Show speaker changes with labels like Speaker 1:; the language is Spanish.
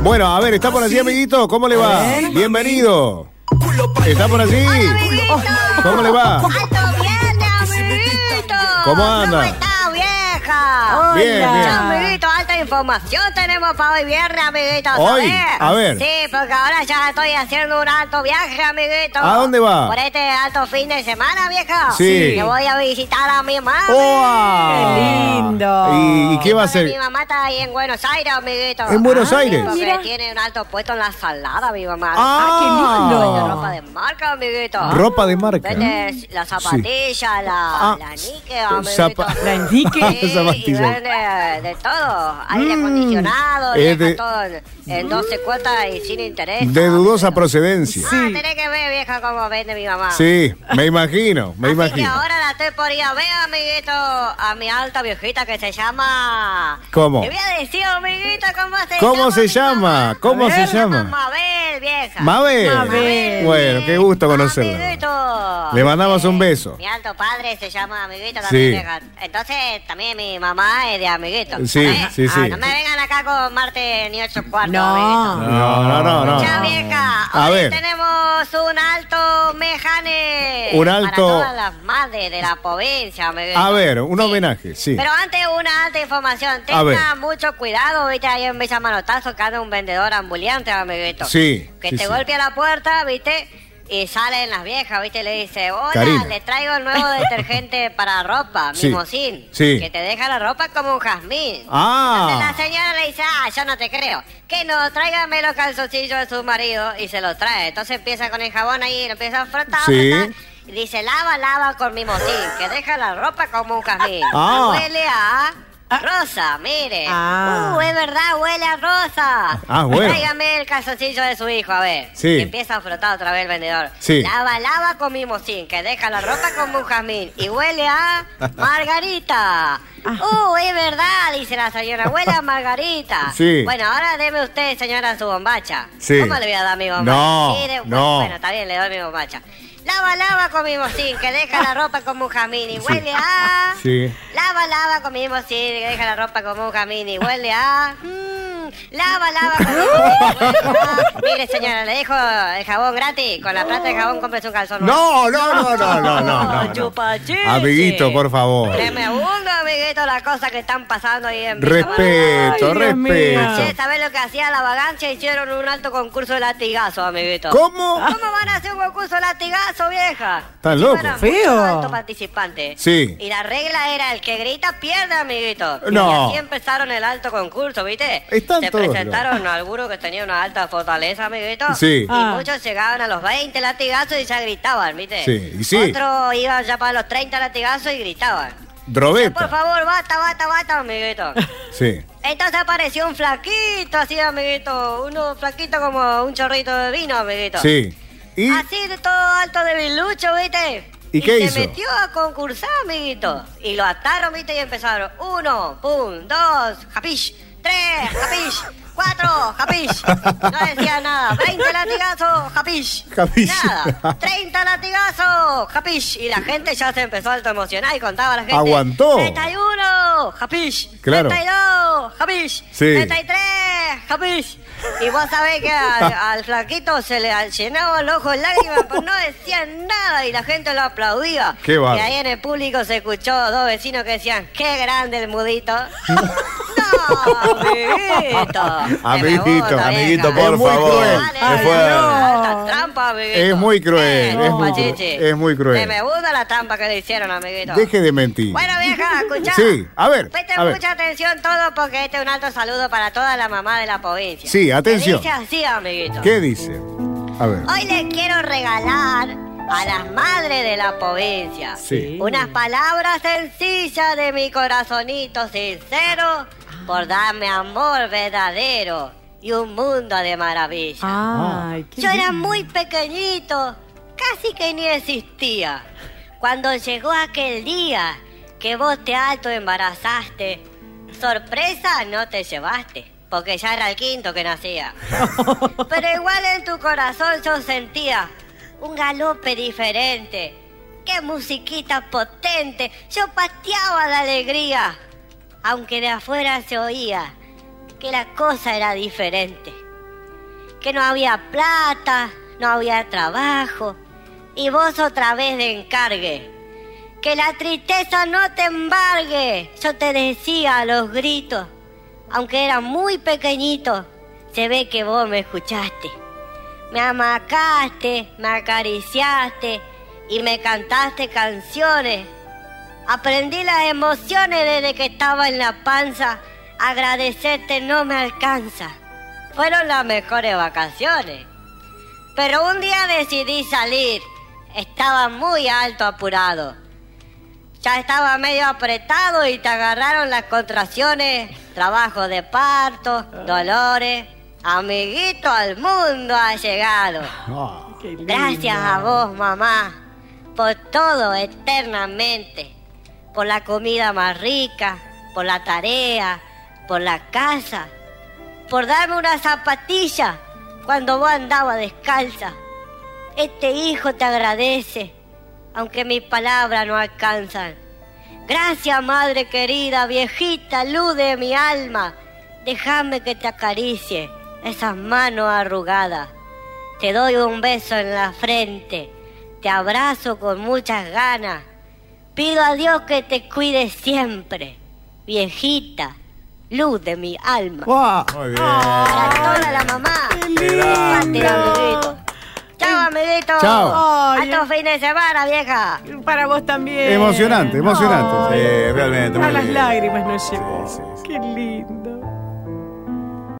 Speaker 1: Bueno, a ver, ¿está por allí, amiguito? ¿Cómo le va? Bienvenido. ¿Está por allí? ¿Cómo le va?
Speaker 2: ¡Alto bien, amiguito!
Speaker 1: ¿Cómo anda?
Speaker 2: ¿Cómo está, vieja?
Speaker 1: Bien, bien.
Speaker 2: Ya, amiguito, alta información tenemos para hoy viernes, amiguito.
Speaker 1: Hoy,
Speaker 2: ¿sabes?
Speaker 1: a ver.
Speaker 2: Sí, porque ahora ya estoy haciendo un alto viaje, amiguito.
Speaker 1: ¿A dónde va?
Speaker 2: Por este alto fin de semana, vieja.
Speaker 1: Sí. Oh,
Speaker 2: Que voy a visitar a mi mamá.
Speaker 1: ¡Oa!
Speaker 3: ¡Qué lindo!
Speaker 1: ¿Y, y qué va a hacer?
Speaker 2: Mi mamá está ahí en Buenos Aires, amiguito.
Speaker 1: ¿En Buenos
Speaker 2: Ah,
Speaker 1: Aires?
Speaker 2: Porque
Speaker 3: Mira.
Speaker 2: tiene un alto puesto en la salada, mi mamá.
Speaker 1: Ah,
Speaker 3: qué
Speaker 2: Vende
Speaker 3: lindo.
Speaker 2: ropa de marca, amiguito.
Speaker 1: Ropa de marca.
Speaker 2: Vende la zapatilla, la,
Speaker 1: Ah,
Speaker 2: la Nike, amiguito.
Speaker 1: zapa-
Speaker 3: La Nike.
Speaker 2: Sí, y
Speaker 1: Zapatilla. Mm.
Speaker 2: vende de todo. Aire acondicionado,
Speaker 1: es
Speaker 2: deja
Speaker 1: de-
Speaker 2: todo en, en 12 cuotas y sin interés.
Speaker 1: De dudosa
Speaker 2: procedencia.
Speaker 1: procedencia.
Speaker 2: Ah, tenés que ver, vieja, cómo vende mi mamá.
Speaker 1: Sí, me imagino, me
Speaker 2: Así que
Speaker 1: imagino.
Speaker 2: ahora la estoy por ir a ver, amiguito, a mi alta viejita que se llama...
Speaker 1: ¿Cómo?
Speaker 2: Te voy a decir, amiguito, cómo se llama.
Speaker 1: ¿Cómo se
Speaker 2: mi
Speaker 1: llama?
Speaker 2: mamá.
Speaker 1: ¿Cómo
Speaker 3: A
Speaker 1: se
Speaker 3: ver.
Speaker 1: llama?
Speaker 2: Mabel, vieja.
Speaker 1: Mabel.
Speaker 3: Mabel.
Speaker 1: Bueno, qué gusto conocerla.
Speaker 2: Amiguito.
Speaker 1: Le mandamos un beso.
Speaker 2: Mi alto padre se llama amiguito
Speaker 1: Sí.
Speaker 2: también. vieja. Entonces, también mi mamá es de amiguito.
Speaker 1: Sí,
Speaker 2: ¿sabes?
Speaker 1: sí,
Speaker 2: Ah,
Speaker 1: sí.
Speaker 2: no me vengan acá con Marte ni ocho cuartos, amiguito.
Speaker 3: No.
Speaker 1: No, no, no,
Speaker 2: Ya,
Speaker 1: no.
Speaker 2: vieja,
Speaker 1: A
Speaker 2: hoy
Speaker 1: ver.
Speaker 2: tenemos un alto mejane.
Speaker 1: Un alto-
Speaker 2: Para todas las madres de la provincia, amiguito.
Speaker 1: A ver, un
Speaker 2: Sí.
Speaker 1: homenaje, sí.
Speaker 2: Pero antes una alta información.
Speaker 1: A ver.
Speaker 2: Tenga mucho cuidado, viste, ahí en Villa Manotazo que anda un vendedor ambulante, amiguito.
Speaker 1: Sí,
Speaker 2: Que
Speaker 1: sí,
Speaker 2: te
Speaker 1: sí.
Speaker 2: golpea la puerta, viste, y salen las viejas, viste, y le dice, hola,
Speaker 1: Karina.
Speaker 2: le traigo el nuevo detergente para ropa,
Speaker 1: Sí,
Speaker 2: mimosín.
Speaker 1: sí.
Speaker 2: Que te deja la ropa como un jazmín. Entonces
Speaker 1: Ah,
Speaker 2: la señora le dice, ah, yo no te creo. Que no, tráigame los calzoncillos de su marido y se los trae. Entonces empieza con el jabón ahí, lo empieza a frotar,
Speaker 1: Sí.
Speaker 2: frotar, Y dice, lava, lava con mi motín, que deja la ropa como un jazmín.
Speaker 1: Ah.
Speaker 2: Huele a... Rosa, mire.
Speaker 3: Ah.
Speaker 2: Uh, es verdad, huele a rosa.
Speaker 1: Ah, bueno.
Speaker 2: Tráigame el calzoncillo de su hijo, a ver.
Speaker 1: Sí.
Speaker 2: Y empieza a frotar otra vez el vendedor.
Speaker 1: Sí.
Speaker 2: Lava, lava con mi motín, que deja la ropa como un jazmín. Y huele a margarita. Uh, es verdad, dice la señora. Huele a margarita.
Speaker 1: Sí.
Speaker 2: Bueno, ahora deme usted, señora, su bombacha.
Speaker 1: Sí.
Speaker 2: ¿Cómo le voy a dar mi bombacha?
Speaker 1: No,
Speaker 2: Mire,
Speaker 1: no.
Speaker 2: Bueno, bueno, está bien, le doy mi bombacha. Lava, lava con mi motín, que deja la ropa como un jazmín. Y huele a...
Speaker 1: Sí.
Speaker 2: Lava, lava con mi motín, que deja la ropa como un jazmín. Y huele a... mm, Lava, lava con mi mocín, que huele a- Mire, señora, le dejo el jabón gratis. Con la plata de jabón compres un calzón.
Speaker 1: no,
Speaker 2: nuevo.
Speaker 1: no, no, no, no, no, no, no.
Speaker 2: Chupa chiche.
Speaker 1: Amiguito, por favor.
Speaker 2: Deme uno, amiguito, las cosas que están pasando ahí en Villa Manotazo.
Speaker 1: Respeto,
Speaker 3: Ay, Dios mío.
Speaker 2: Che,
Speaker 1: respeto.
Speaker 2: ¿sabés lo que hacía la vagancia? Hicieron un alto concurso de latigazo, amiguito.
Speaker 1: ¿Cómo?
Speaker 2: ¿Cómo van a hacer un concurso de latigazo, vieja?
Speaker 1: Están
Speaker 2: Llevan
Speaker 1: locos.
Speaker 2: a muchos
Speaker 3: Feo.
Speaker 2: altos participantes.
Speaker 1: Sí.
Speaker 2: Y la regla era el que grita pierde, amiguito.
Speaker 1: No.
Speaker 2: Y así empezaron el alto concurso, ¿viste?
Speaker 1: Están
Speaker 2: Se
Speaker 1: todos
Speaker 2: presentaron algunos que tenían una alta fortaleza, amiguito.
Speaker 1: Sí.
Speaker 2: Y
Speaker 3: Ah.
Speaker 2: muchos llegaban a los 20 latigazos y ya gritaban, ¿viste?
Speaker 1: Sí, y sí.
Speaker 2: Otros iban ya para los 30 latigazos y gritaban. Por
Speaker 1: Drobeta.
Speaker 2: favor, basta, basta, basta, amiguito.
Speaker 1: Sí.
Speaker 2: Entonces apareció un flaquito así, amiguito. Uno flaquito como un chorrito de vino, amiguito.
Speaker 1: Sí. Y
Speaker 2: Así de todo alto de bilucho, ¿viste?
Speaker 1: ¿Y qué
Speaker 2: se
Speaker 1: hizo?
Speaker 2: metió a concursar, amiguito. Y lo ataron, ¿viste? Y empezaron. Uno, pum, dos, japish. Tres, japish. Cuatro, japish. No decía nada. Veinte latigazos, japish.
Speaker 1: Japish.
Speaker 2: Nada. Treinta latigazos, japish. Y la gente ya se empezó a autoemocionar y contaba a la gente.
Speaker 1: Aguantó.
Speaker 2: 31, japish.
Speaker 1: Claro.
Speaker 2: 32, japish.
Speaker 1: Sí.
Speaker 2: 33, japish. Y vos sabés que al, al flaquito se le llenaba el ojo de lágrimas, pues no decían nada y la gente lo aplaudía.
Speaker 1: Qué bárbaro.
Speaker 2: Y ahí en el público se escuchó dos vecinos que decían, qué grande el mudito. no, amiguito.
Speaker 1: Amiguito,
Speaker 4: amiguito, por
Speaker 1: Es muy
Speaker 4: favor.
Speaker 1: cruel.
Speaker 4: Me
Speaker 2: Ay,
Speaker 4: fue.
Speaker 2: no, alta trampa, amiguito.
Speaker 1: Es muy cruel,
Speaker 3: es muy
Speaker 2: pachichi.
Speaker 1: cruel, es muy cruel.
Speaker 2: Se me gusta la trampa que le hicieron, amiguito.
Speaker 1: deje de mentir.
Speaker 2: Bueno, vieja, escuchá.
Speaker 1: Sí, a ver,
Speaker 2: Preste
Speaker 1: a ver.
Speaker 2: mucha atención todo porque este es un alto saludo para toda la mamá de la provincia.
Speaker 1: Sí, atención.
Speaker 2: Que dice así, amiguito.
Speaker 1: ¿Qué dice? A ver.
Speaker 2: Hoy les quiero regalar a las madres de la provincia
Speaker 1: Sí.
Speaker 2: unas palabras sencillas de mi corazonito sincero por darme amor verdadero y un mundo de maravilla.
Speaker 3: Ay, qué
Speaker 2: Yo era
Speaker 3: lindo.
Speaker 2: muy pequeñito, casi que ni existía. Cuando llegó aquel día que vos te alto embarazaste, sorpresa no te llevaste, porque ya era el quinto que nacía. Pero igual en tu corazón yo sentía un galope diferente. ¡Qué musiquita potente! Yo pateaba de alegría, aunque de afuera se oía que la cosa era diferente. que no había plata, no había trabajo. Y vos otra vez de encargue. Que la tristeza no te embargue. Yo te decía a los gritos. Aunque era muy pequeñito, se ve que vos me escuchaste. Me amacaste, me acariciaste y me cantaste canciones. Aprendí las emociones desde que estaba en la panza. Agradecerte no me alcanza. Fueron las mejores vacaciones. Pero un día decidí salir. Estaba muy alto apurado. Ya estaba medio apretado y te agarraron las contracciones, trabajo de parto, dolores. Amiguito al mundo ha llegado.
Speaker 3: Qué lindo.
Speaker 2: Gracias a vos, mamá, por todo eternamente. Por la comida más rica, por la tarea, por la casa, por darme una zapatilla cuando vos andabas descalza. Este hijo te agradece, aunque mis palabras no alcanzan. Gracias, madre querida, viejita, luz de mi alma. Déjame que te acaricie esas manos arrugadas. Te doy un beso en la frente. Te abrazo con muchas ganas. Pido a Dios que te cuide siempre. Viejita, luz de mi alma.
Speaker 3: ¡Guau!
Speaker 1: Ah, Muy bien.
Speaker 2: Para toda la mamá.
Speaker 1: Qué grande.
Speaker 2: Patria, amiguito. Chao, amiguito.
Speaker 1: Chao.
Speaker 2: A los fines de semana, vieja.
Speaker 3: Para vos también.
Speaker 1: Emocionante, emocionante.
Speaker 3: Ay,
Speaker 1: Sí, realmente.
Speaker 3: A
Speaker 1: muy
Speaker 3: las
Speaker 1: bien.
Speaker 3: lágrimas nos llevó.
Speaker 1: Sí, sí, sí.
Speaker 3: Qué lindo.